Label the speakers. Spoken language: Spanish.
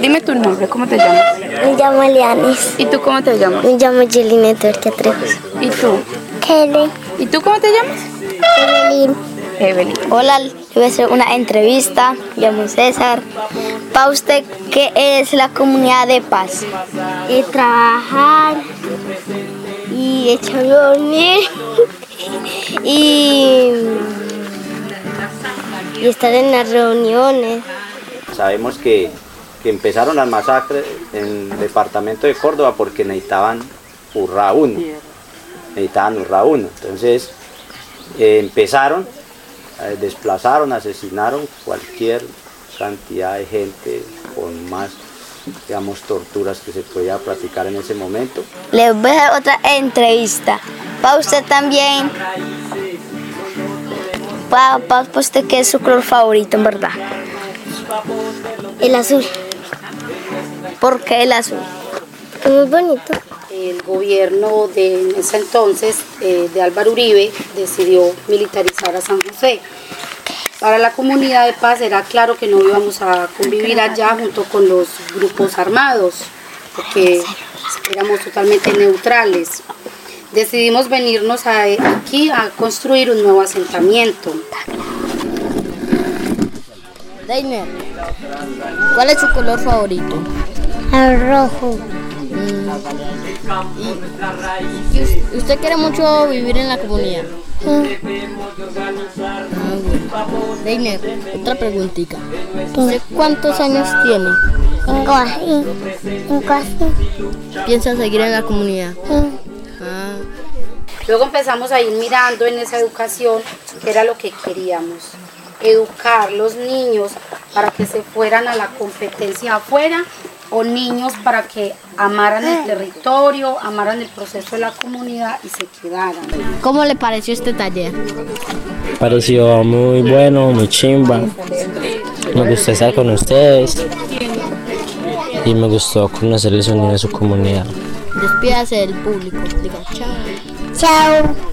Speaker 1: Dime tu nombre, ¿cómo te llamas?
Speaker 2: Me llamo Elianis.
Speaker 1: ¿Y tú cómo te llamas?
Speaker 2: Me llamo Yelina Turquia Trejos.
Speaker 1: ¿Y tú?
Speaker 2: Kelly.
Speaker 1: ¿Y tú cómo te llamas?
Speaker 2: Evelyn.
Speaker 1: Evelyn.
Speaker 2: Hola, le voy a hacer una entrevista. Me llamo César. Para usted, ¿qué es la comunidad de paz? Eh, trabajar y echar dormir y, y estar en las reuniones.
Speaker 3: Sabemos que, que empezaron las masacres en el departamento de Córdoba porque necesitaban Urra 1. Necesitaban Urra 1. Entonces eh, empezaron, eh, desplazaron, asesinaron cualquier cantidad de gente con más, digamos, torturas que se podía practicar en ese momento.
Speaker 2: Les voy a hacer otra entrevista. Para usted también. Para usted, ¿qué es su color favorito en verdad? El azul. ¿Por qué el azul? Es muy bonito.
Speaker 4: El gobierno de en ese entonces, eh, de Álvaro Uribe, decidió militarizar a San José. Para la comunidad de paz era claro que no íbamos a convivir allá junto con los grupos armados, porque éramos totalmente neutrales. Decidimos venirnos a- aquí a construir un nuevo asentamiento.
Speaker 5: Dainer, ¿cuál es su color favorito?
Speaker 2: El rojo.
Speaker 5: ¿Y us- ¿Usted quiere mucho vivir en la comunidad? Ah, bueno. Dainer, otra preguntita. ¿Usted cuántos años tiene?
Speaker 2: Cinco así. Cinco así.
Speaker 5: ¿Piensa seguir en la comunidad? Ah,
Speaker 4: Luego empezamos a ir mirando en esa educación que era lo que queríamos, educar los niños para que se fueran a la competencia afuera o niños para que amaran el territorio, amaran el proceso de la comunidad y se quedaran.
Speaker 5: ¿Cómo le pareció este taller?
Speaker 6: Pareció muy bueno, muy chimba. Me gustó estar con ustedes. Y me gustó conocer el sonido de su comunidad.
Speaker 5: Despídase del público. Diga, chao.
Speaker 2: Chao.